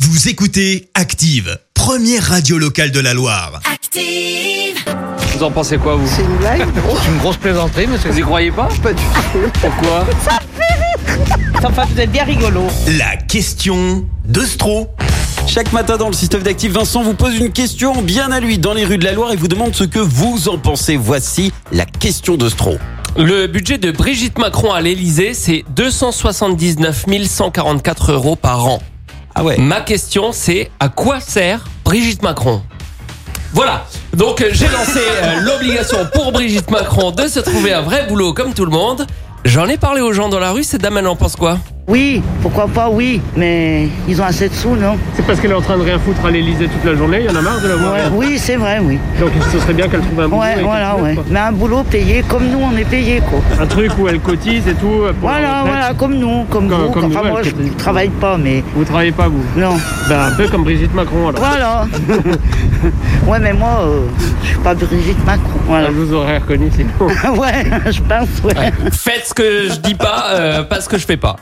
Vous écoutez Active, première radio locale de la Loire. Active. Vous en pensez quoi, vous C'est une blague drôle. Une grosse plaisanterie, monsieur Vous y croyez pas Pas du tout. Pourquoi Enfin, vous êtes bien rigolo. La question de Stro. Chaque matin dans le système d'actifs, Vincent vous pose une question bien à lui dans les rues de la Loire et vous demande ce que vous en pensez. Voici la question de Stro. Le budget de Brigitte Macron à l'Elysée, c'est 279 144 euros par an. Ah ouais. Ma question, c'est à quoi sert Brigitte Macron Voilà. Donc euh, j'ai lancé euh, l'obligation pour Brigitte Macron de se trouver un vrai boulot comme tout le monde. J'en ai parlé aux gens dans la rue, ces dames, elles en pensent quoi Oui, pourquoi pas, oui, mais ils ont assez de sous, non C'est parce qu'elle est en train de rien foutre à l'Elysée toute la journée, il y en a marre de la voir. Oui, c'est vrai, oui. Donc ce serait bien qu'elle trouve un Ah, ben. boulot. et Ouais, qu'elle voilà, se mette, ouais. quoi. Mais un boulot payé comme nous, on est payé, quoi. Un truc où elle cotise et tout. euh, pour la Voilà, retraite. voilà, comme nous, comme, Comme- vous. comme enfin, nous, moi, elle je fait des- ne travaille pas, mais Vous travaillez pas, vous non. Bah, un peu comme Brigitte Macron, alors. Voilà. ouais, mais moi, euh, je suis pas Brigitte Macron. Voilà. Elle vous aurait reconnu, c'est bon. ouais, je pense, ouais. Ah, Faites ce que je dis pas, euh, pas ce que je fais pas.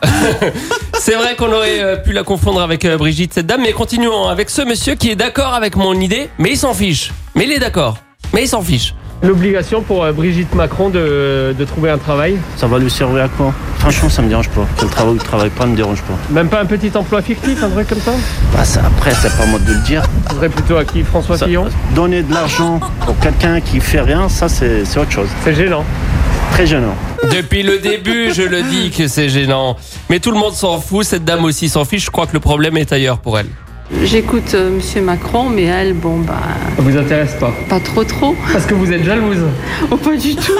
c'est vrai qu'on aurait euh, pu la confondre avec euh, Brigitte, cette dame, mais continuons avec ce monsieur qui est d'accord avec mon idée, mais il s'en fiche. Mais il est d'accord, mais il s'en fiche. L'obligation pour euh, Brigitte Macron de, de trouver un travail. Ça va lui servir à quoi Franchement, ça me dérange pas. Qu'elle travaille ou qu'elle travaille pas, me dérange pas. Même pas un petit emploi fictif, un truc comme ça Bah, ça, après, c'est pas moi de le dire. Ce serait plutôt à qui François Ça- euh, Fillon donner de l'argent pour quelqu'un qui fait rien, ça, c'est c'est autre chose. C'est gênant. Très gênant. Depuis le début, je le dis que c'est gênant. Mais tout le monde s'en fout, cette dame aussi s'en fiche. Je crois que le problème est ailleurs pour elle. J'écoute euh, Monsieur Macron, mais elle, bon, bah, Ça vous intéresse pas pas trop trop. Parce que vous êtes jalouse. Oh, pas du tout.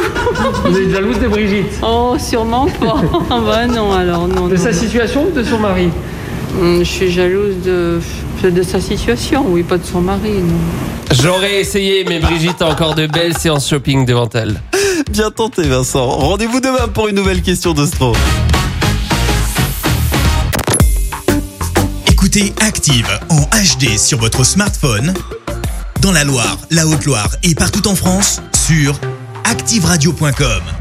Vous êtes jalouse de Brigitte. Oh, sûrement pas. bah non, alors non. De non. sa situation ou de son mari Hum, Je suis jalouse de, de sa situation, oui, pas de son mari. Non. J'aurais essayé, mais Brigitte a encore de belles séances shopping devant elle. Bien tenté Vincent. Rendez-vous demain pour une nouvelle question de Stro. Écoutez Active en HD sur votre smartphone, dans la Loire, la Haute-Loire et partout en France, sur activeradio.com.